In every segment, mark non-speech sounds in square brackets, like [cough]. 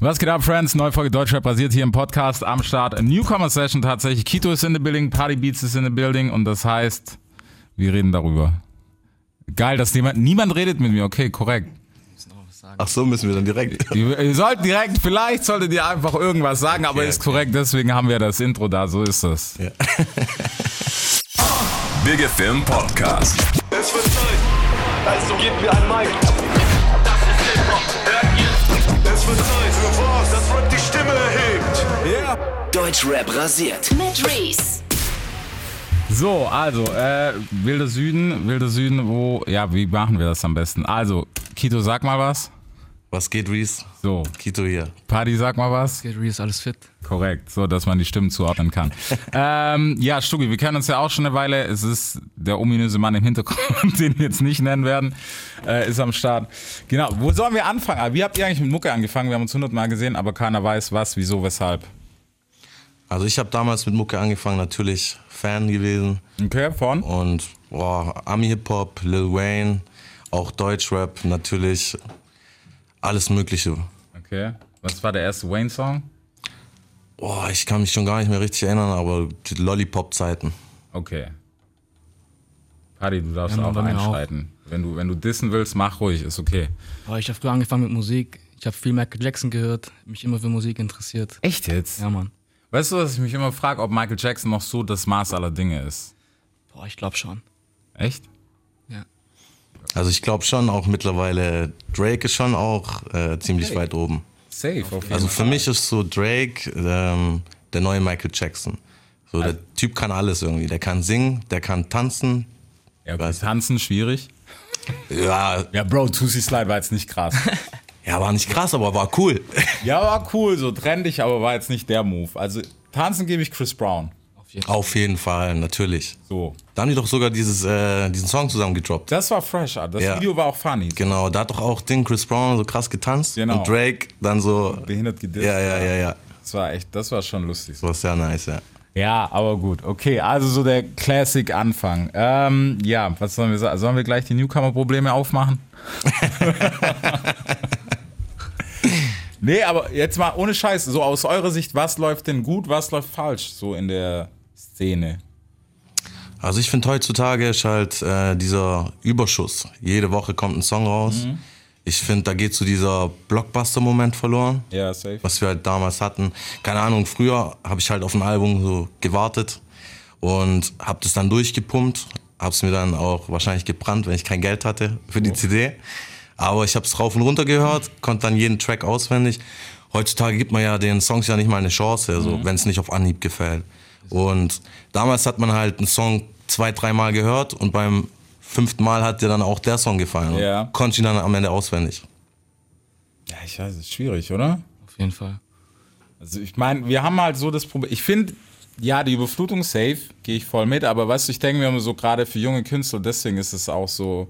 Was geht ab, Friends? Neue Folge Deutschrap basiert hier im Podcast am Start. Newcomer Session tatsächlich. Kito ist in the building, Party Beats ist in the building und das heißt, wir reden darüber. Geil, dass niemand, niemand redet mit mir. Okay, korrekt. Ach so, müssen wir dann direkt. Ihr, ihr sollt direkt, vielleicht solltet ihr einfach irgendwas sagen, aber Okay, ist okay. korrekt, deswegen haben wir das Intro da, so ist das. Big FM Podcast. Es wird Zeit. Also gebt mir ein Mic. Es wird Zeit für was? Das wird die Stimme erhebt. Deutschrap rasiert. Mit Reese. So, also, äh, Wilder Süden, Wilder Süden, wo, ja, wie machen wir das am besten? Also, Kito, sag mal was. Was geht, Reese? So, Kito hier. Party, sag mal was. Geht Reese, alles fit? Korrekt, so dass man die Stimmen zuordnen [laughs] kann. ähm, ja, Stugi, wir kennen uns ja auch schon eine Weile. Es ist der ominöse Mann im Hintergrund, [laughs] den wir jetzt nicht nennen werden, äh, ist am Start. Genau, wo sollen wir anfangen? Ah, Wie habt ihr eigentlich mit Mucke angefangen? Wir haben uns hundertmal gesehen, aber keiner weiß was, wieso, weshalb. Also ich habe damals mit Mucke angefangen, natürlich Fan gewesen. Okay, von? Und boah, Ami-Hip-Hop, Lil Wayne, auch Deutschrap natürlich. Alles Mögliche. Okay. Was war der erste Wayne-Song? Boah, ich kann mich schon gar nicht mehr richtig erinnern, aber die Lollipop-Zeiten. Okay. Paddy, du darfst Ja, auch bei mir auch. einschreiten. Wenn, du, wenn du dissen willst, mach ruhig, ist okay. Aber ich habe früher angefangen mit Musik. Ich habe viel Michael Jackson gehört, mich immer für Musik interessiert. Echt jetzt? Ja, Mann. Weißt du, dass ich mich immer frage, ob Michael Jackson noch so das Maß aller Dinge ist? Boah, ich glaube schon. Echt? Also ich glaube schon auch mittlerweile, Drake ist schon auch äh, ziemlich weit oben. Safe, auf jeden Also für mich ist so Drake ähm, der neue Michael Jackson. So, der Typ kann alles irgendwie. Der kann singen, der kann tanzen. Ja, okay, Was? tanzen schwierig. Ja, Ja, Bro, Tusi Slide war jetzt nicht [laughs] krass. ja, war nicht krass, aber war cool. ja, war cool, so trendig, aber war jetzt nicht der Move. Also tanzen gebe ich Chris Brown. Auf jeden Fall, natürlich. So. Da haben die doch sogar dieses, äh, diesen Song zusammen gedroppt. Das war fresh, Alter. das Ja. Video war auch funny. Genau, da hat doch auch Ding Chris Brown so krass getanzt Genau. und Drake dann so. Behindert gedisst. Ja, ja, ja, ja. Das war echt, das war schon lustig. Das war sehr nice, ja. Ja, aber gut. Okay, also so der Classic-Anfang. Ähm, ja, was sollen wir sagen? Sollen wir gleich die Newcomer-Probleme aufmachen? [laughs] nee, aber jetzt mal ohne Scheiß, so aus eurer Sicht, was läuft denn gut, was läuft falsch so in der Szene? Also ich finde heutzutage ist halt äh, dieser Überschuss. Jede Woche kommt ein Song raus. Ich finde, da geht so dieser Blockbuster-Moment verloren. Ja, safe. was wir halt damals hatten. Keine Ahnung, früher habe ich halt auf ein Album so gewartet und habe das dann durchgepumpt, habe es mir dann auch wahrscheinlich gebrannt, wenn ich kein Geld hatte für die CD. Aber ich habe es rauf und runter gehört, konnte dann jeden Track auswendig. Heutzutage gibt man ja den Songs ja nicht mal eine Chance, Mhm. also wenn es nicht auf Anhieb gefällt. Und damals hat man halt einen Song zwei, dreimal gehört und beim fünften Mal hat dir dann auch der Song gefallen und Ja. konnte ihn dann am Ende auswendig. Ja, ich weiß, ist schwierig, oder? Auf jeden Fall. Also ich meine, wir haben halt so das Problem. Ich finde, ja, die Überflutung safe, gehe ich voll mit, aber weißt du, ich denke mir immer so gerade für junge Künstler, deswegen ist es auch so,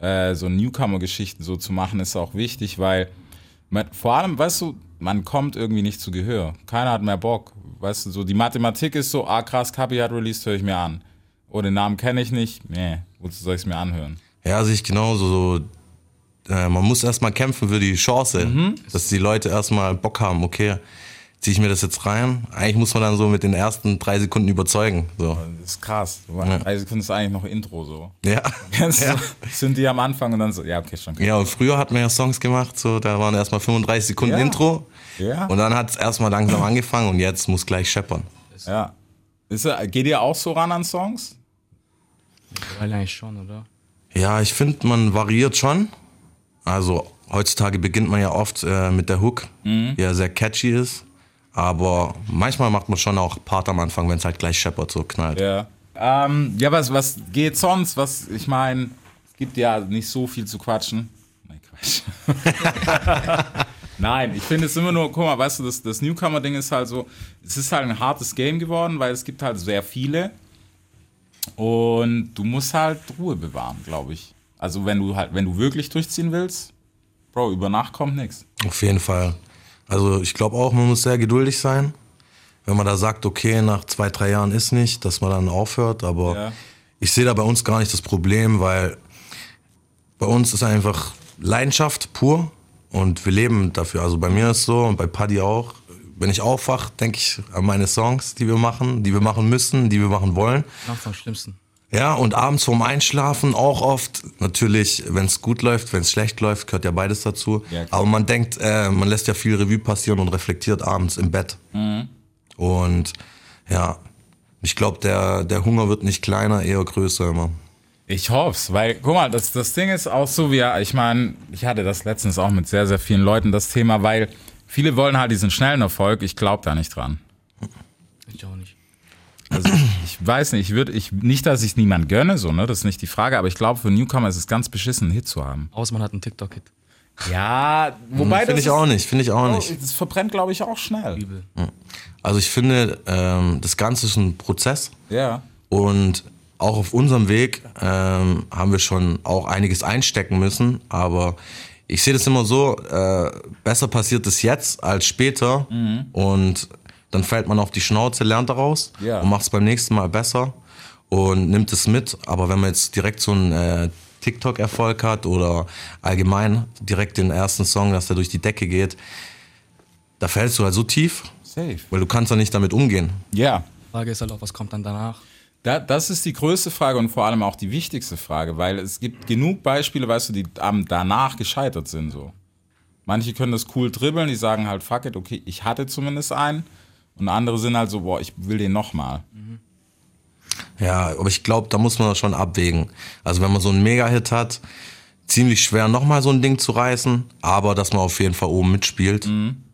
äh, so Newcomer-Geschichten so zu machen, ist auch wichtig, weil man, vor allem, weißt du, man kommt irgendwie nicht zu Gehör. Keiner hat mehr Bock. Weißt du, so die Mathematik ist so, ah krass, Kapi hat released, höre ich mir an. Oh, den Namen kenne ich nicht. Nee, wozu soll ich es mir anhören? Ja, sehe ich genauso. So, äh, man muss erstmal kämpfen für die Chance, dass die Leute erstmal Bock haben, okay, ziehe ich mir das jetzt rein. Eigentlich muss man dann so mit den ersten drei Sekunden überzeugen. So. Das ist krass. Also Drei Sekunden ist eigentlich noch Intro so. Ja. Ja. Sind die am Anfang und dann so, ja, okay, schon klar. ja, und früher hat man ja Songs gemacht, so, da waren erstmal 35 Sekunden Ja. Intro. Ja. Und dann hat es erstmal langsam angefangen und jetzt muss gleich scheppern. Ja. Ist, er- geht ihr auch so ran an Songs? Weil eigentlich schon, oder? Ja, ich finde, man variiert schon. Also heutzutage beginnt man ja oft äh, mit der Hook, die ja sehr catchy ist. Aber manchmal macht man schon auch Part am Anfang, wenn es halt gleich scheppert, so knallt. Ja. Ähm, ja, was, was geht sonst? Was, ich meine, es gibt ja nicht so viel zu quatschen. Nein, Quatsch. [laughs] Nein, ich finde es immer nur, guck mal, weißt du, das, das Newcomer-Ding ist halt so, es ist halt ein hartes Game geworden, weil es gibt halt sehr viele. Und du musst halt Ruhe bewahren, glaube ich. Also wenn du halt, wenn du wirklich durchziehen willst, Bro, über Nacht kommt nichts. Auf jeden Fall. Also ich glaube auch, man muss sehr geduldig sein. Wenn man da sagt, okay, nach zwei, drei Jahren ist nicht, dass man dann aufhört. Aber Ja. ich sehe da bei uns gar nicht das Problem, weil bei uns ist einfach Leidenschaft pur. Und wir leben dafür. Also bei mir ist so und bei Paddy auch. Wenn ich aufwach, denke ich an meine Songs, die wir machen, die wir machen müssen, die wir machen wollen. Nachts am schlimmsten. Ja, und abends vorm Einschlafen auch oft. Natürlich, wenn es gut läuft, wenn es schlecht läuft, gehört ja beides dazu. Ja, klar. Aber man denkt, äh, man lässt ja viel Revue passieren und reflektiert abends im Bett. Mhm. Und ja, ich glaube, der, der Hunger wird nicht kleiner, eher größer immer. Ich hoff's, weil, guck mal, das, das Ding ist auch so, wie, ich meine, ich hatte das letztens auch mit sehr, sehr vielen Leuten, das Thema, weil viele wollen halt diesen schnellen Erfolg, ich glaube da nicht dran. Ich auch nicht. Also ich weiß nicht, ich würde, ich, nicht, dass ich niemand gönne, so, ne, das ist nicht die Frage, aber ich glaube, für Newcomer ist es ganz beschissen, einen Hit zu haben. Außer man hat einen TikTok-Hit. Ja, wobei Finde Hm, ich auch nicht, finde ich auch nicht. Das verbrennt, glaube Oh, ich, auch schnell. Übel. Also ich finde, ähm, das Ganze ist ein Prozess. Ja. Und auch auf unserem Weg ähm, haben wir schon auch einiges einstecken müssen. Aber ich sehe das immer so, äh, besser passiert es jetzt als später. Und dann fällt man auf die Schnauze, lernt daraus Ja. und macht es beim nächsten Mal besser und nimmt es mit. Aber wenn man jetzt direkt so einen äh, TikTok-Erfolg hat oder allgemein direkt den ersten Song, dass der durch die Decke geht, da fällst du halt so tief, Safe. weil du kannst ja nicht damit umgehen. Ja. Frage ist halt auch, was kommt dann danach? Da, das ist die größte Frage und vor allem auch die wichtigste Frage, weil es gibt genug Beispiele, weißt du, die am- danach gescheitert sind so. Manche können das cool dribbeln, die sagen halt, fuck it, okay, ich hatte zumindest einen. Und andere sind halt so, boah, ich will den nochmal. Ja, aber ich glaube, da muss man das schon abwägen. Also wenn man so einen Mega-Hit hat, ziemlich schwer nochmal so ein Ding zu reißen, aber dass man auf jeden Fall oben mitspielt,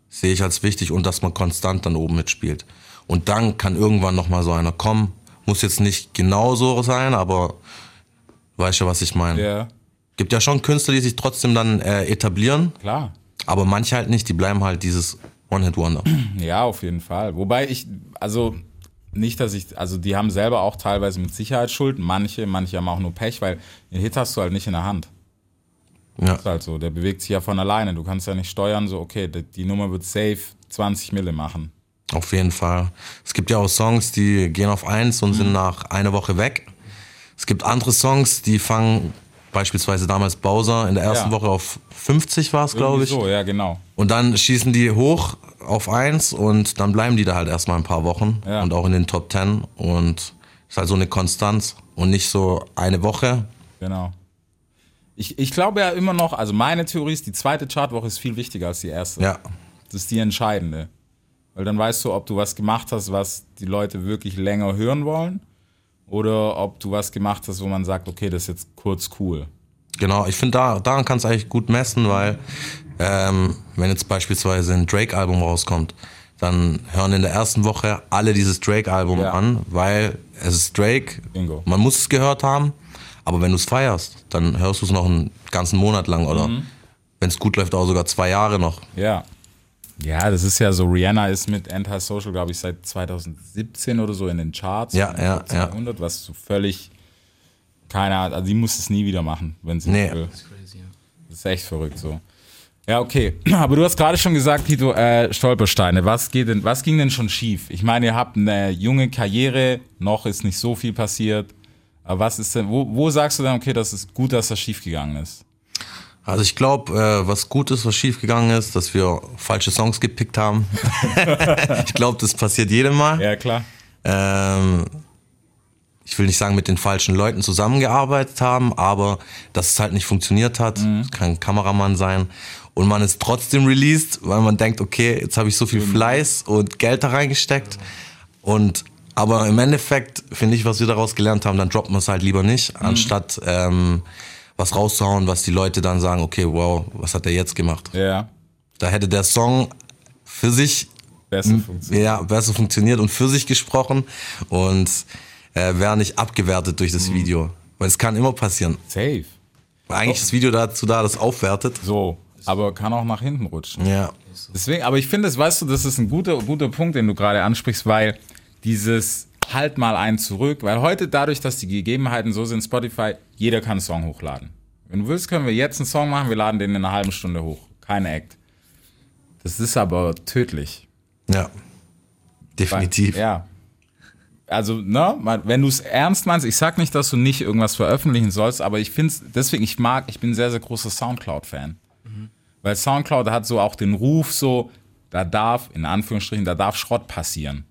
sehe ich als wichtig und dass man konstant dann oben mitspielt. Und dann kann irgendwann nochmal so einer kommen. Muss jetzt nicht genau so sein, aber weißt du, was ich meine. Ja, Gibt ja schon Künstler, die sich trotzdem dann äh, etablieren, klar. aber manche halt nicht, die bleiben halt dieses One-Hit-Wonder. [clears throat] Ja, auf jeden Fall. Wobei ich, also nicht, dass ich, also die haben selber auch teilweise mit Sicherheit Schuld, manche, manche haben auch nur Pech, weil den Hit hast du halt nicht in der Hand. Ja. Ist halt so, der bewegt sich ja von alleine. Du kannst ja nicht steuern, so, okay, die, die Nummer wird safe 20 Mille machen. Auf jeden Fall. Es gibt ja auch Songs, die gehen auf eins und Mhm. sind nach einer Woche weg. Es gibt andere Songs, die fangen beispielsweise damals Bowser in der Ja. ersten Woche auf 50 war es, glaube Irgendwie ich. So, ja, genau. Und dann schießen die hoch auf eins und dann bleiben die da halt erstmal ein paar Wochen Ja. und auch in den Top 10 und ist halt so eine Konstanz und nicht so eine Woche. Genau. Ich, ich glaube ja immer noch, also meine Theorie ist, die zweite Chartwoche ist viel wichtiger als die erste. Ja, Das ist die entscheidende. Weil dann weißt du, ob du was gemacht hast, was die Leute wirklich länger hören wollen. Oder ob du was gemacht hast, wo man sagt, okay, das ist jetzt kurz cool. genau. Ich finde, da, daran kannst du eigentlich gut messen, weil ähm, wenn jetzt beispielsweise ein Drake-Album rauskommt, dann hören in der ersten Woche alle dieses Drake-Album Ja. an, weil es ist Drake, Bingo. man muss es gehört haben, aber wenn du es feierst, dann hörst du es noch einen ganzen Monat lang oder Mhm. wenn es gut läuft, auch sogar zwei Jahre noch. Ja. Ja, das ist ja so. Rihanna ist mit Antisocial, glaube ich, seit 2017 oder so in den Charts. Ja, ja, 200, was so völlig. Keine Ahnung, also die muss es nie wieder machen, wenn sie Nee. will. Crazy, ja. Das ist echt verrückt so. Ja, okay. [clears throat] Aber du hast gerade schon gesagt, Tito, äh, Stolpersteine. Was, geht denn, was ging denn schon schief? Ich meine, ihr habt eine junge Karriere, noch ist nicht so viel passiert. Aber was ist denn, wo, wo sagst du dann, okay, das ist gut, dass das schief gegangen ist? Also ich glaube, äh, was gut ist, was schiefgegangen ist, dass wir falsche Songs gepickt haben. [laughs] ich glaube, das passiert jedem Mal. Ja, klar. ähm, ich will nicht sagen, mit den falschen Leuten zusammengearbeitet haben, aber dass es halt nicht funktioniert hat. Es kann ein Kameramann sein. Und man ist trotzdem released, weil man denkt, okay, jetzt habe ich so viel Fleiß und Geld da reingesteckt. Und aber im Endeffekt finde ich, was wir daraus gelernt haben, dann droppt man es halt lieber nicht, anstatt ähm, was rauszuhauen, was die Leute dann sagen, okay, wow, was hat der jetzt gemacht? Ja, Da hätte der Song für sich besser funktioniert. ja, besser funktioniert und für sich gesprochen und äh, wäre nicht abgewertet durch das Video. Weil es kann immer passieren. Safe. Eigentlich ist das Video dazu da, das aufwertet. So, aber kann auch nach hinten rutschen. Ja. Deswegen, aber ich finde, das weißt du, das ist ein guter, guter Punkt, den du gerade ansprichst, weil dieses halt mal einen zurück, weil heute dadurch, dass die Gegebenheiten so sind, Spotify, jeder kann einen Song hochladen. Wenn du willst, können wir jetzt einen Song machen, wir laden den in einer halben Stunde hoch. Kein Act. Das ist aber tödlich. Ja. Definitiv. Ja. Also, ne, man- wenn du es ernst meinst, ich sag nicht, dass du nicht irgendwas veröffentlichen sollst, aber ich find's, deswegen, ich mag, ich bin ein sehr, sehr großer Soundcloud-Fan. Weil Soundcloud hat so auch den Ruf, so, da darf, in Anführungsstrichen, da darf Schrott passieren.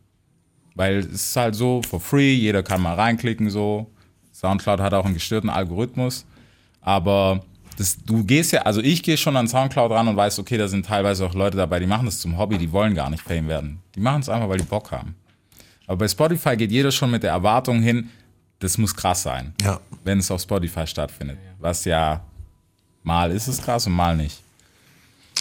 Weil es ist halt so, for free, jeder kann mal reinklicken, so. Soundcloud hat auch einen gestörten Algorithmus. Aber das, du gehst ja, also ich gehe schon an Soundcloud ran und weiß, okay, da sind teilweise auch Leute dabei, die machen das zum Hobby, die wollen gar nicht Fame werden. Die machen es einfach, weil die Bock haben. Aber bei Spotify geht jeder schon mit der Erwartung hin, das muss krass sein, Ja. wenn es auf Spotify stattfindet. Was ja, mal ist es krass und mal nicht.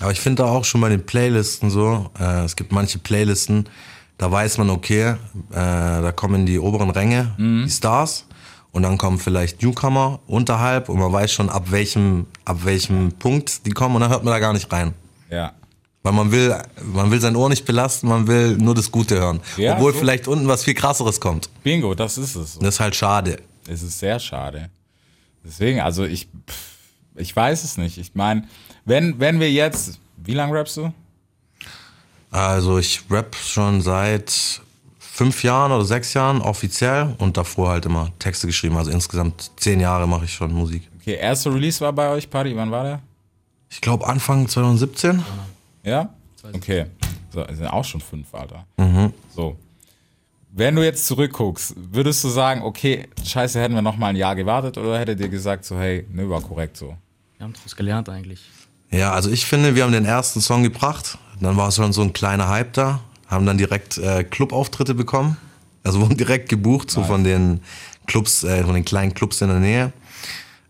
Aber ich finde da auch schon bei den Playlisten so, äh, es gibt manche Playlisten, da weiß man, okay, äh, da kommen die oberen Ränge, die Stars, und dann kommen vielleicht Newcomer unterhalb und man weiß schon, ab welchem, ab welchem Punkt die kommen und dann hört man da gar nicht rein. Ja. Weil man will, man will sein Ohr nicht belasten, man will nur das Gute hören. Ja, Obwohl so. vielleicht unten was viel krasseres kommt. Bingo, das ist es. Das ist halt schade. Es ist sehr schade. Deswegen, also ich, pff, ich weiß es nicht. Ich meine, wenn, wenn wir jetzt, wie lange rappst du? Also ich rap schon seit fünf Jahren oder sechs Jahren offiziell und davor halt immer Texte geschrieben. Also insgesamt zehn Jahre mache ich schon Musik. Okay, erster Release war bei euch, Party, wann war der? Ich glaube Anfang 2017. Ja? Okay. So, es sind auch schon fünf, Alter. So. Wenn du jetzt zurückguckst, würdest du sagen, okay, scheiße, hätten wir noch mal ein Jahr gewartet oder hättet ihr gesagt so, hey, ne, war korrekt so? Wir haben daraus gelernt eigentlich. Ja, also ich finde, wir haben den ersten Song gebracht. Dann war schon so ein kleiner Hype da. Haben dann direkt äh, Clubauftritte bekommen. Also wurden direkt gebucht, so von den Clubs, äh, von den kleinen Clubs in der Nähe.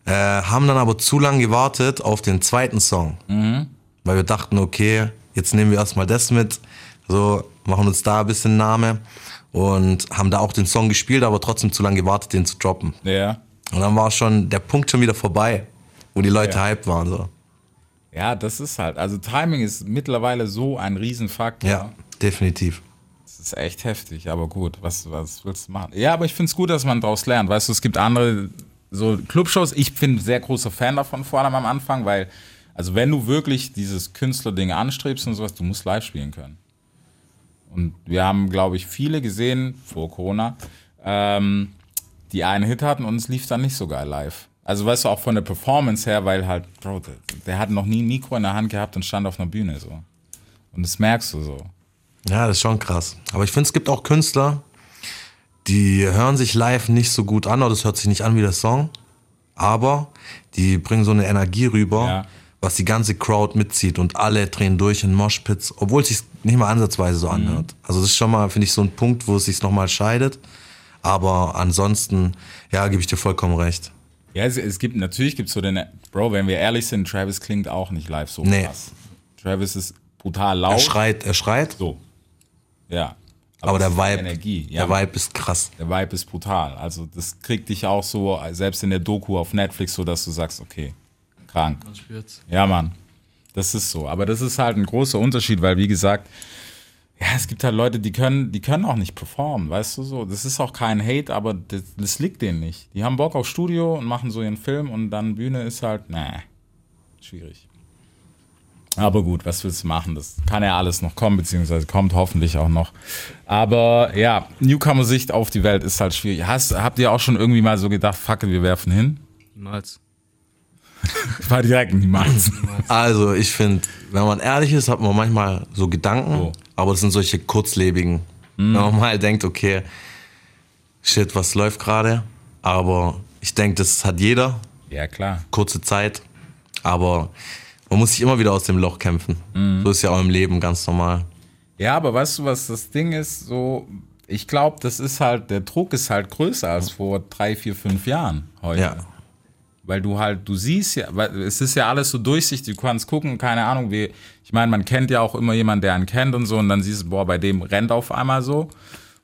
Äh, haben dann aber zu lange gewartet auf den zweiten Song. Weil wir dachten, okay, jetzt nehmen wir erstmal das mit. So, machen uns da ein bisschen Name. Und haben da auch den Song gespielt, aber trotzdem zu lange gewartet, den zu droppen. Ja. Und dann war schon der Punkt schon wieder vorbei, wo die Leute Ja. hyped waren. So. Ja, das ist halt, also Timing ist mittlerweile so ein Riesenfaktor. Ja, definitiv. Das ist echt heftig, aber gut, was, was willst du machen? Ja, aber ich finde es gut, dass man daraus lernt. Weißt du, es gibt andere so Clubshows. Ich bin sehr großer Fan davon, vor allem am Anfang, weil, also wenn du wirklich dieses Künstlerding anstrebst und sowas, du musst live spielen können. Und wir haben, glaube ich, viele gesehen vor Corona, ähm, die einen Hit hatten und es lief dann nicht so geil live. Also weißt du, auch von der Performance her, weil halt, Bro, der, der hat noch nie ein Mikro in der Hand gehabt und stand auf einer Bühne so. Und das merkst du so. Ja, das ist schon krass. Aber ich finde, es gibt auch Künstler, die hören sich live nicht so gut an, oder das hört sich nicht an wie der Song, aber die bringen so eine Energie rüber, Ja. was die ganze Crowd mitzieht und alle drehen durch in Moshpits, obwohl es sich nicht mal ansatzweise Mhm. so anhört. Also das ist schon mal, finde ich, so ein Punkt, wo es sich nochmal scheidet. Aber ansonsten, ja, gebe ich dir vollkommen recht. Ja, es, es gibt, natürlich gibt es so den, Bro, wenn wir ehrlich sind, Travis klingt auch nicht live so Nee. krass. Travis ist brutal Er laut. schreit, er schreit, So. Ja. aber es der ist die Vibe, Energie. Ja, der Vibe ist krass. der Vibe ist brutal. Also, das kriegt dich auch so, selbst in der Doku auf Netflix, so dass du sagst, okay, krank. Man spürt's. Ja, Mann. Das ist so. Aber das ist halt ein großer Unterschied, weil wie gesagt, ja, es gibt halt Leute, die können, die können auch nicht performen, weißt du so. Das ist auch kein Hate, aber das, das liegt denen nicht. Die haben Bock auf Studio und machen so ihren Film und dann Bühne ist halt, nee, schwierig. Aber gut, was willst du machen? Das kann ja alles noch kommen, beziehungsweise kommt hoffentlich auch noch. Aber ja, Newcomer-Sicht auf die Welt ist halt schwierig. Hast, habt ihr auch schon irgendwie mal so gedacht, fuck it, wir werfen hin? Niemals. Ich war direkt niemals. [laughs] Also, ich finde, wenn man ehrlich ist, hat man manchmal so Gedanken, Oh. aber das sind solche kurzlebigen. Wenn man mal denkt, okay, shit, was läuft gerade? Aber ich denke, das hat jeder, ja, klar. kurze Zeit. Aber man muss sich immer wieder aus dem Loch kämpfen. So ist ja auch im Leben ganz normal. Ja, aber weißt du, was das Ding ist? So, ich glaube, das ist halt, der Druck ist halt größer als vor drei, vier, fünf Jahren heute. Ja. Weil du halt, du siehst ja, weil es ist ja alles so durchsichtig, du kannst gucken, keine Ahnung, wie, ich meine, man kennt ja auch immer jemanden, der einen kennt und so, und dann siehst du, boah, bei dem rennt auf einmal so.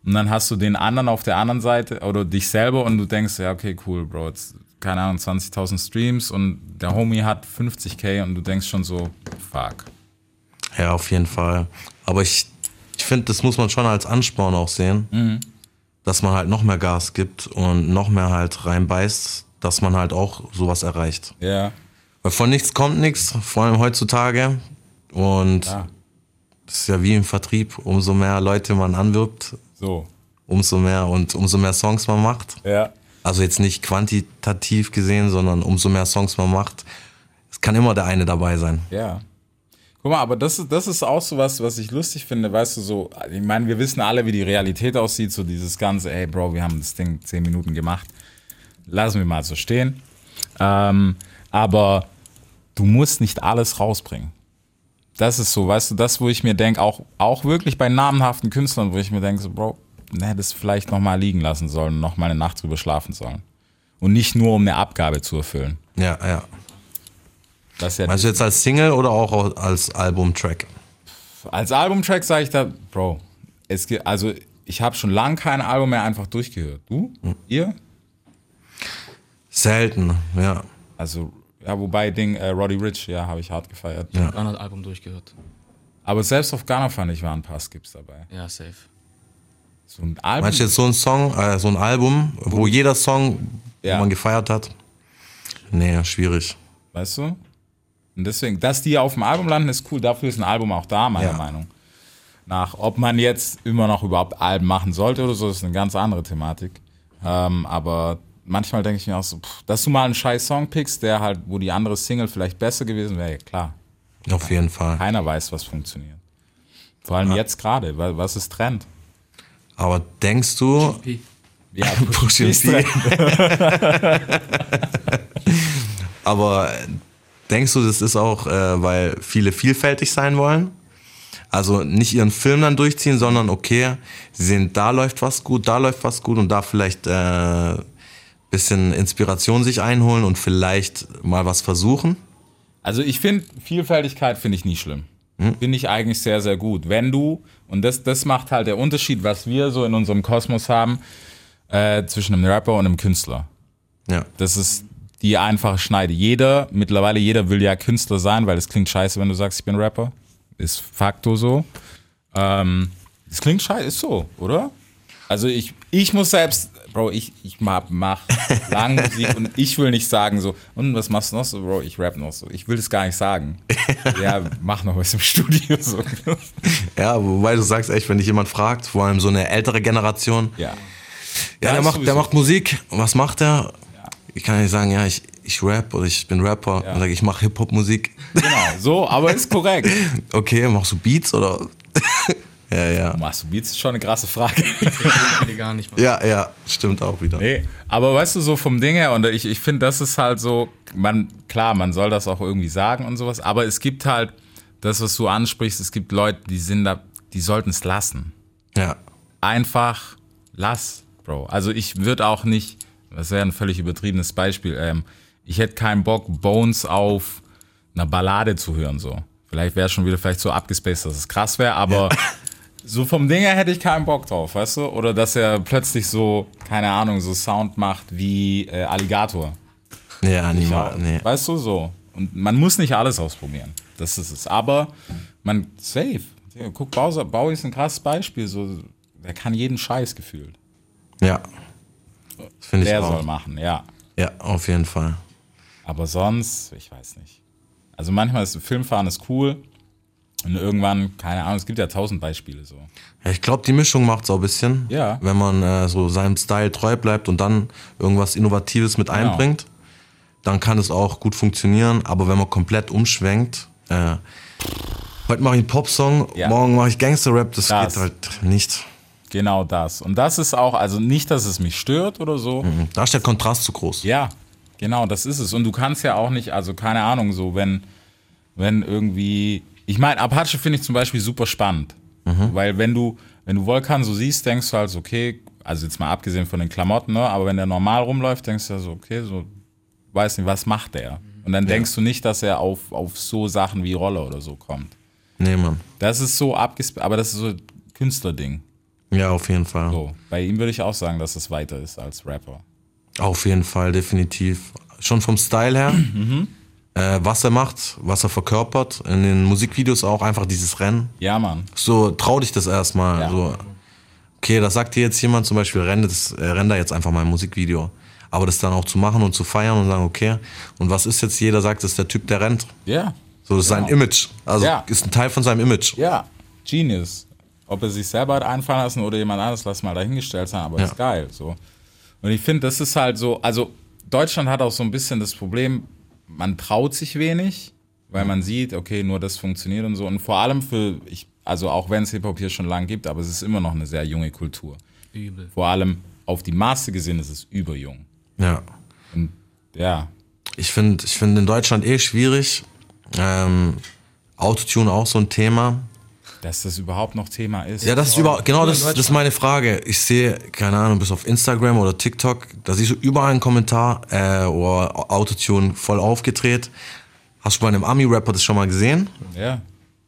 Und dann hast du den anderen auf der anderen Seite oder dich selber und du denkst, ja, okay, cool, Bro, jetzt, keine Ahnung, 20.000 Streams und der Homie hat 50k und du denkst schon so, fuck. Ja, auf jeden Fall. Aber ich, ich finde, das muss man schon als Ansporn auch sehen, dass man halt noch mehr Gas gibt und noch mehr halt reinbeißt, dass man halt auch sowas erreicht. Ja. Weil von nichts kommt nichts, vor allem heutzutage. Und Ja. das ist ja wie im Vertrieb, umso mehr Leute man anwirbt, So. umso mehr und umso mehr Songs man macht. Ja. Also jetzt nicht quantitativ gesehen, sondern umso mehr Songs man macht, es kann immer der eine dabei sein. Ja. Guck mal, aber das ist, das ist auch so was, was ich lustig finde, weißt du, so, ich meine, wir wissen alle, wie die Realität aussieht, so dieses ganze, ey, Bro, wir haben das Ding zehn Minuten gemacht, lassen wir mal so stehen. Ähm, aber du musst nicht alles rausbringen. Das ist so, weißt du, das, wo ich mir denke, auch, auch wirklich bei namenhaften Künstlern, wo ich mir denke, so, Bro, ne, hättest vielleicht nochmal liegen lassen sollen und nochmal eine Nacht drüber schlafen sollen. Und nicht nur, um eine Abgabe zu erfüllen. Ja, ja. Das ist ja Meinst du jetzt als Single oder auch als Albumtrack? Als Albumtrack sage ich da, Bro, es gibt, also ich habe schon lange kein Album mehr einfach durchgehört. Du? Ihr? Selten, ja. Also, ja, wobei Ding, äh, Roddy Rich, ja, habe ich hart gefeiert. Ja. Gar nicht Album durchgehört. Aber selbst auf Ghana fand ich, waren ein paar Skips dabei. Ja, safe. So ein Album. Meinst du jetzt so ein Song, äh, so ein Album, wo jeder Song, Ja. wo man gefeiert hat? Nee, schwierig. Weißt du? Und deswegen, dass die auf dem Album landen, ist cool. Dafür ist ein Album auch da, meiner Ja. Meinung nach. Ob man jetzt immer noch überhaupt Alben machen sollte oder so, ist eine ganz andere Thematik. Ähm, aber manchmal denke ich mir auch so, pff, dass du mal einen scheiß Song pickst, der halt, wo die andere Single vielleicht besser gewesen wäre, ja klar. Auf jeden Fall. Keiner weiß, was funktioniert. Vor allem jetzt gerade, wa- was ist Trend? Aber denkst du, P. Ja, [laughs] Push and Pee. Aber denkst du, das ist auch, äh, weil viele vielfältig sein wollen? Also nicht ihren Film dann durchziehen, sondern okay, sie sehen, da läuft was gut, da läuft was gut und da vielleicht äh, bisschen Inspiration sich einholen und vielleicht mal was versuchen. Also ich finde, Vielfältigkeit finde ich nie schlimm. Finde ich eigentlich sehr, sehr gut. Wenn du, und das, das macht halt der Unterschied, was wir so in unserem Kosmos haben, äh, zwischen einem Rapper und einem Künstler. Ja, Das ist die einfache Schneide. Jeder, mittlerweile jeder will ja Künstler sein, weil es klingt scheiße, wenn du sagst, ich bin Rapper. Ist facto so. Ähm, es klingt scheiße, ist so, oder? Also ich, ich muss selbst, Bro, ich, ich mach, mach lange Musik und ich will nicht sagen so, und was machst du noch so, Bro, ich rap noch so. Ich will das gar nicht sagen. ja, mach noch was im Studio. So. ja wobei du sagst echt, wenn dich jemand fragt, vor allem so eine ältere Generation, ja. Ja, der das macht, der sowieso. macht Musik. Was macht er? Ich kann nicht sagen, ja, ich, ich rap oder ich bin Rapper. Dann sage ich, ich mache [laughs] Hip-Hop-Musik. Genau, so, aber ist korrekt. Okay, machst du Beats oder? ja, ja. Machst du Beats? Ist schon eine krasse Frage. Nee, gar nicht, Mann. Ja, ja, stimmt auch wieder. Nee, aber weißt du, so vom Ding her, und ich, ich finde, das ist halt so, man, klar, man soll das auch irgendwie sagen und sowas, aber es gibt halt, das, was du ansprichst, es gibt Leute, die sind da, die sollten es lassen. Ja, Einfach lass, Bro. Also ich würde auch nicht, das wäre ein völlig übertriebenes Beispiel, ähm, ich hätte keinen Bock, Bones auf einer Ballade zu hören, so. Vielleicht wäre schon wieder vielleicht so abgespaced, dass es krass wäre, aber [laughs] so vom Ding her hätte ich keinen Bock drauf, weißt du? Oder dass er plötzlich so, keine Ahnung, so Sound macht wie äh, Alligator. ja, niemals. Nee. Weißt du, so. Und man muss nicht alles ausprobieren. Das ist es. Aber man, safe. Ja, Guck, Bowser, Bowie ist ein krasses Beispiel. So, der kann jeden Scheiß gefühlt. Ja. Das finde ich Der auch. soll machen, ja. Ja, auf jeden Fall. Aber sonst, ich weiß nicht. Also manchmal ist Filmfahren ist cool. Und irgendwann, keine Ahnung, es gibt ja tausend Beispiele so. Ja, ich glaube, die Mischung macht's auch ein bisschen. Ja. Wenn man äh, so seinem Style treu bleibt und dann irgendwas Innovatives mit Genau. einbringt, dann kann es auch gut funktionieren. Aber wenn man komplett umschwenkt, äh, heute mache ich einen Popsong, Ja. morgen mache ich Gangster-Rap, das Das. geht halt nicht. Genau das. Und das ist auch, also nicht, dass es mich stört oder so. Da ist der Kontrast zu groß. Ja, genau, das ist es. Und du kannst ja auch nicht, also keine Ahnung, so wenn, wenn irgendwie. Ich meine, Apache finde ich zum Beispiel super spannend. Weil wenn du, wenn du Volkan so siehst, denkst du halt, so, okay, also jetzt mal abgesehen von den Klamotten, ne, aber wenn der normal rumläuft, denkst du ja so, okay, so, weiß nicht, was macht der? Und dann denkst du nicht, dass er auf, auf so Sachen wie Roller oder so kommt. Nee, Mann. Das ist so abgespeckt, aber das ist so ein Künstlerding. Ja, auf jeden Fall. So, bei ihm würde ich auch sagen, dass es weiter ist als Rapper. Auf jeden Fall, definitiv. Schon vom Style her, Mhm. äh, was er macht, was er verkörpert, in den Musikvideos auch einfach dieses Rennen. Ja, Mann. so trau dich das erstmal. Ja. So, okay, das sagt dir jetzt jemand zum Beispiel, rende das, äh, render jetzt einfach mal ein Musikvideo. Aber das dann auch zu machen und zu feiern und sagen, okay, und was ist jetzt, jeder sagt, das ist der Typ, der rennt. Ja. So, das ist sein Image. Also Ja. ist ein Teil von seinem Image. Ja, Genius. Ob er sich selber hat einfallen lassen oder jemand anderes, lass mal dahingestellt sein, aber Ja. ist geil. So. Und ich finde, das ist halt so, also Deutschland hat auch so ein bisschen das Problem, man traut sich wenig weil Mhm. man sieht, okay, nur das funktioniert und so. Und vor allem für, ich, also auch wenn es Hip-Hop hier schon lange gibt, aber es ist immer noch eine sehr junge Kultur. Übel. Vor allem auf die Maße gesehen ist es überjung. Ja. Ja, Ich finde ich find in Deutschland eh schwierig. Ähm, Autotune auch so ein Thema. dass das überhaupt noch Thema ist. Ja, das ist über, genau das, das ist meine Frage. Ich sehe, keine Ahnung, bis auf Instagram oder TikTok, da siehst du überall einen Kommentar äh, oder Autotune voll aufgedreht. Hast du bei einem Ami-Rapper das schon mal gesehen? ja.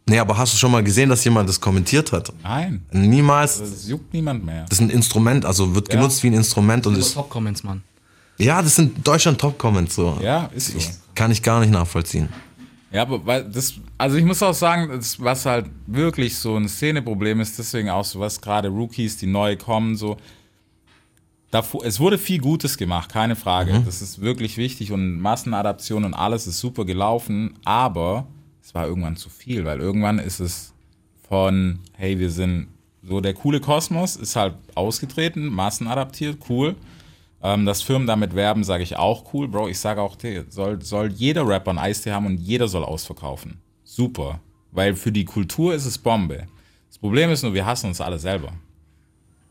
Nee, aber hast du schon mal gesehen, dass jemand das kommentiert hat? Nein, Niemals. das juckt niemand mehr. Das ist ein Instrument, also wird Ja. genutzt wie ein Instrument und ist, Top Comments, Mann. ja, das sind Deutschland Top Comments so. Ja, ist so. Ich, kann ich gar nicht nachvollziehen. Ja, aber weil das, also ich muss auch sagen, das, was halt wirklich so ein Szeneproblem ist, deswegen auch so was gerade Rookies, die neu kommen, so. Davor, es wurde viel Gutes gemacht, keine Frage. Das ist wirklich wichtig und Massenadaption und alles ist super gelaufen, aber es war irgendwann zu viel, weil irgendwann ist es von, hey, wir sind so der coole Kosmos, ist halt ausgetreten, massenadaptiert, cool. Ähm, dass Firmen damit werben, sage ich auch cool, Bro. Ich sage auch, hey, soll, soll jeder Rapper ein Eistee haben und jeder soll ausverkaufen. Super. Weil für die Kultur ist es Bombe. Das Problem ist nur, wir hassen uns alle selber.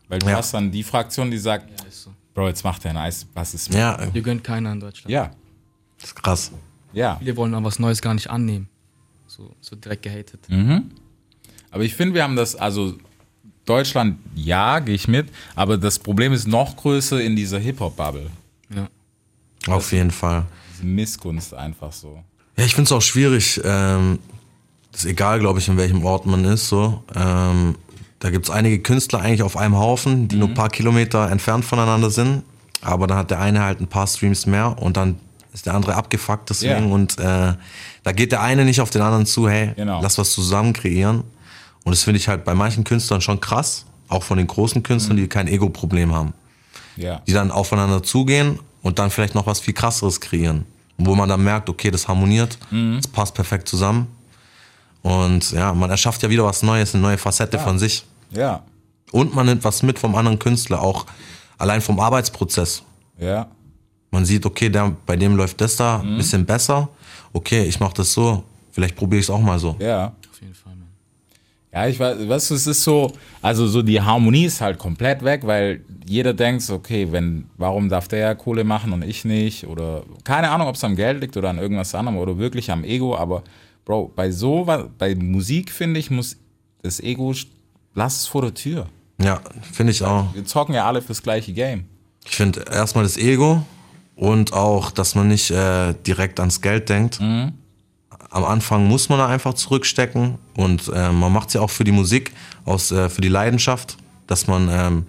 Weil du Ja. hast dann die Fraktion, die sagt, Ist so. Bro, jetzt macht er ein Eis, was ist Ja, Hier gönnt keiner in Deutschland. Ja, das ist krass. ja. Viele wollen aber was Neues gar nicht annehmen. So, so direkt gehatet. Aber ich finde, wir haben das, also Deutschland, ja, gehe ich mit, aber das Problem ist noch größer in dieser Hip-Hop-Bubble. Ja. Auf jeden Fall. Diese Missgunst einfach so. Ja, ich finde es auch schwierig. Ähm, ist egal, glaube ich, in welchem Ort man ist. So. Ähm, da gibt es einige Künstler eigentlich auf einem Haufen, die nur Mhm. ein paar Kilometer entfernt voneinander sind. Aber dann hat der eine halt ein paar Streams mehr und dann ist der andere abgefuckt deswegen. Ja. Und äh, da geht der eine nicht auf den anderen zu, hey, Genau. lass was zusammen kreieren. Und das finde ich halt bei manchen Künstlern schon krass. Auch von den großen Künstlern, Mhm. die kein Ego-Problem haben Ja. die dann aufeinander zugehen und dann vielleicht noch was viel krasseres kreieren. Wo man dann merkt, okay, das harmoniert, das passt perfekt zusammen. Und ja, man erschafft ja wieder was Neues, eine neue Facette von sich. Ja. Und man nimmt was mit vom anderen Künstler, auch allein vom Arbeitsprozess. Ja. Man sieht, okay, der, bei dem läuft das da ein bisschen besser. Okay, ich mache das so. Vielleicht probiere ich es auch mal so. Ja. Auf jeden Fall, Mann. Ja, ich weiß, weißt du, es ist so, also so die Harmonie ist halt komplett weg, weil jeder denkt, so, okay, wenn, warum darf der ja Kohle machen und ich nicht? Oder keine Ahnung, ob es am Geld liegt oder an irgendwas anderem oder wirklich am Ego, aber Bro, bei so was, bei Musik finde ich, muss das Ego, st- lass es vor der Tür. Ja, finde ich auch. Wir zocken ja alle fürs gleiche Game. Ich finde erstmal das Ego und auch, dass man nicht äh, direkt ans Geld denkt. Mhm. Am Anfang muss man da einfach zurückstecken und äh, man macht es ja auch für die Musik, aus, äh, für die Leidenschaft, dass man ähm,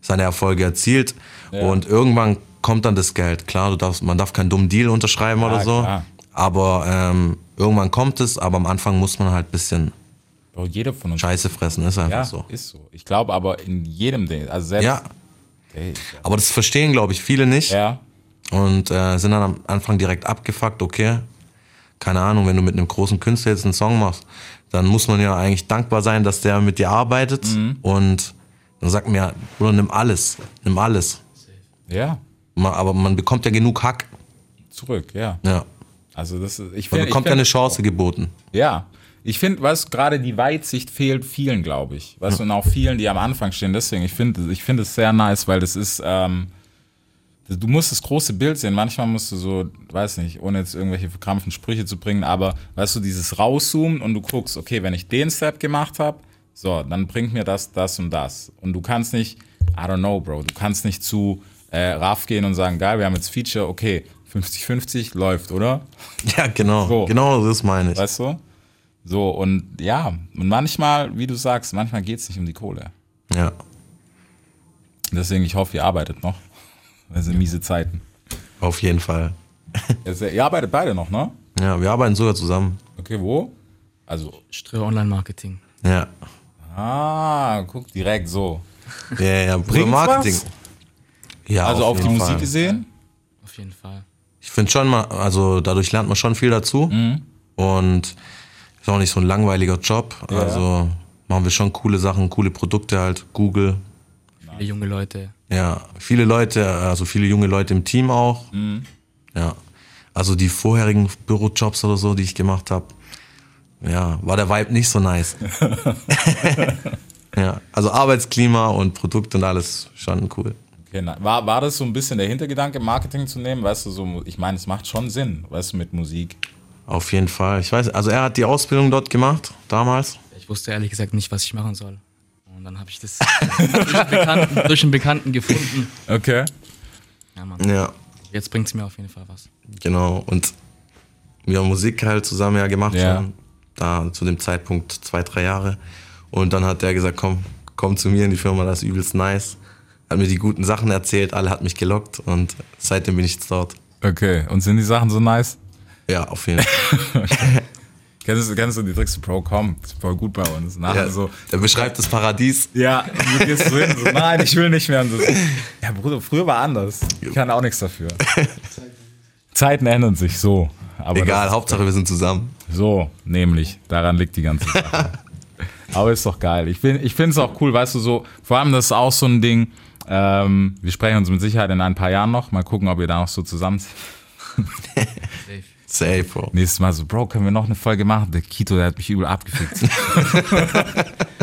seine Erfolge erzielt und irgendwann kommt dann das Geld. Klar, du darfst, man darf keinen dummen Deal unterschreiben oder so, klar. aber ähm, irgendwann kommt es, aber am Anfang muss man halt ein bisschen Bro, jeder von uns. Scheiße fressen, ist einfach ja, so. ist so. Ich glaube aber in jedem Ding, also selbst. Ja, Ey, aber das verstehen, glaube ich, viele nicht. ja. und äh, sind dann am Anfang direkt abgefuckt, okay. Keine Ahnung, wenn du mit einem großen Künstler jetzt einen Song machst, dann muss man ja eigentlich dankbar sein, dass der mit dir arbeitet Mhm. und dann sagt mir, Bruder, nimm alles, nimm alles. Ja. Ma- Aber man bekommt ja genug Hack. Zurück, ja. Ja. Also das ist, ich Man find- ich bekommt ja find- eine Chance geboten. [laughs] Ja. Ich finde, was gerade die Weitsicht fehlt vielen, glaube ich. Was und auch vielen, die am Anfang stehen. Deswegen, ich finde, ich finde es sehr nice, weil das ist, ähm, du musst das große Bild sehen. Manchmal musst du so, weiß nicht, ohne jetzt irgendwelche verkrampften Sprüche zu bringen, aber weißt du, dieses rauszoomen und du guckst, okay, wenn ich den Step gemacht habe, so, dann bringt mir das, das und das. Und du kannst nicht, I don't know, Bro, du kannst nicht zu äh, Raff gehen und sagen, geil, wir haben jetzt Feature, okay, 50-50 läuft, oder? Ja, genau. So. Genau das meine ich. Weißt du? So, und ja, und manchmal, wie du sagst, manchmal geht es nicht um die Kohle. Ja. Deswegen, ich hoffe, ihr arbeitet noch. Das sind miese Zeiten. Auf jeden Fall. Jetzt, ihr arbeitet beide noch, ne? Ja, wir arbeiten sogar zusammen. Okay, wo? Also, Ströer Online-Marketing. Ja. ah, guck direkt so. Ja, ja, Bruder, Bringt's Marketing. was? Ja, Also auf, die jeden Musik Fall. gesehen? Auf jeden Fall. ich finde schon mal, also dadurch lernt man schon viel dazu. Und ist auch nicht so ein langweiliger Job. Also machen wir schon coole Sachen, coole Produkte halt, Google. Viele junge Leute. Ja, viele Leute, also viele junge Leute im Team auch. Ja. Also die vorherigen Bürojobs oder so, die ich gemacht habe, ja, war der Vibe nicht so nice. ja, also Arbeitsklima und Produkt und alles schon cool. Okay, na, war, war das so ein bisschen der Hintergedanke, Marketing zu nehmen? Weißt du, so, ich meine, es macht schon Sinn, weißt du, mit Musik. Auf jeden Fall. Ich weiß, also er hat die Ausbildung dort gemacht, damals. Ich wusste ehrlich gesagt nicht, was ich machen soll. Und dann habe ich das [laughs] durch, einen Bekannten, durch einen Bekannten gefunden. Okay. Ja, Mann. Ja, Jetzt bringt es mir auf jeden Fall was. genau. Und wir haben Musik halt zusammen ja gemacht Ja. schon. Da zu dem Zeitpunkt zwei, drei Jahre. Und dann hat der gesagt, komm, komm zu mir in die Firma, das ist übelst nice. Hat mir die guten Sachen erzählt, alle hat mich gelockt und seitdem bin ich jetzt dort. Okay, und sind die Sachen so nice? Ja, auf jeden Fall. Kennst du, kennst du die Tricks Pro? Komm, ist voll gut bei uns. Nachher ja, so, Der beschreibt das Paradies. ja, du gehst so hin, so, nein, ich will nicht mehr. Und so, ja, Bruder, früher war anders. Ich kann auch nichts dafür. Zeiten ändern sich so. Aber Egal, Hauptsache wir sind zusammen. So, nämlich. Daran liegt die ganze Sache. Aber ist doch geil. Ich, bin- ich finde es auch cool, weißt du, so, vor allem, das ist auch so ein Ding. Ähm, wir sprechen uns mit Sicherheit in ein paar Jahren noch. Mal gucken, ob ihr da noch so zusammen seid. Safe, Bro. Nächstes Mal so, Bro, können wir noch eine Folge machen? Der Kito, der hat mich übel abgefickt. [laughs]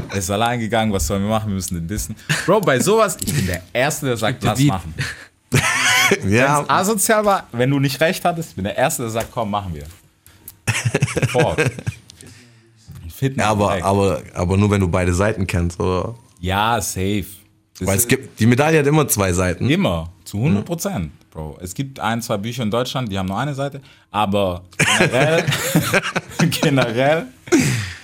er ist allein gegangen, was sollen wir machen? Wir müssen den dissen. Bro, bei sowas, ich bin der Erste, der sagt, dir lass die- machen. Ja, Asozial war, wenn du nicht recht hattest, ich bin der Erste, der sagt, komm, machen [laughs] wir. Sofort. Fitness ja aber, direkt. aber, aber nur wenn du beide Seiten kennst, oder? Ja, safe. Das Weil es gibt, die Medaille hat immer zwei Seiten. immer zu 100 Prozent, Bro. Es gibt ein, zwei Bücher in Deutschland, die haben nur eine Seite, aber generell, generell,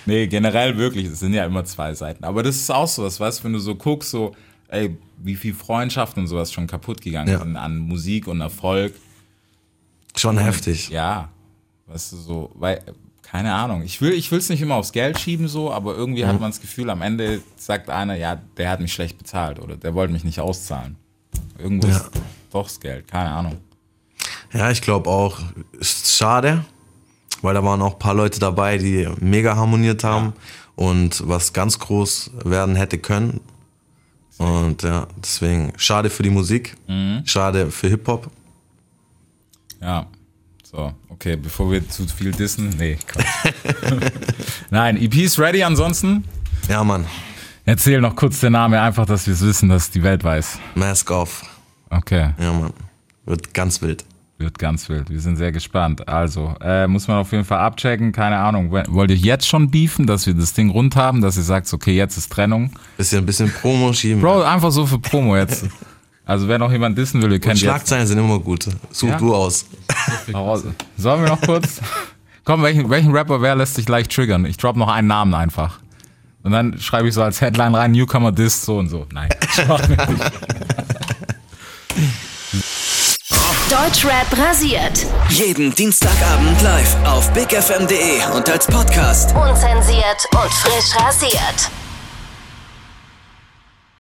nee, generell wirklich, es sind ja immer zwei Seiten. Aber das ist auch sowas, weißt du, wenn du so guckst, so, ey, wie viel Freundschaften und sowas schon kaputt gegangen Ja. sind an Musik und Erfolg. Schon heftig. Ja, weißt du, so, weil, keine Ahnung. Ich will ich will es nicht immer aufs Geld schieben, so, aber irgendwie hat man das Gefühl, am Ende sagt einer, ja, der hat mich schlecht bezahlt oder der wollte mich nicht auszahlen. Irgendwo Ja. ist doch das Geld, keine Ahnung. Ja, ich glaube auch, ist schade, weil da waren auch ein paar Leute dabei, die mega harmoniert haben und was ganz groß werden hätte können. Und ja, deswegen schade für die Musik, Mhm. schade für Hip-Hop. Ja. So, okay, bevor wir zu viel dissen. Nee, Quatsch. Nein, EP ist ready ansonsten. Ja, Mann, Erzähl noch kurz den Namen, einfach, dass wir es wissen, dass die Welt weiß. Mask off. Okay, Ja, Mann, wird ganz wild. wird ganz wild. Wir sind sehr gespannt. Also, äh, muss man auf jeden Fall abchecken. Keine Ahnung, wenn- wollt ihr jetzt schon beefen, dass wir das Ding rund haben, dass ihr sagt, okay, jetzt ist Trennung? Bisschen, bisschen Promo schieben. Bro, einfach so für Promo jetzt. Also, wenn noch jemand dissen will, ihr Und könnt jetzt Schlagzeilen sind immer gut. Such Ja. du aus. raus. Sollen wir noch kurz? [laughs] Komm, welchen, welchen Rapper wer lässt sich leicht triggern? Ich drop noch einen Namen einfach. Und dann schreibe ich so als Headline rein, Newcomer Diss, so und so. Nein. Deutschrap rasiert. Jeden Dienstagabend live auf bigfm.de und als Podcast. Unzensiert und frisch rasiert.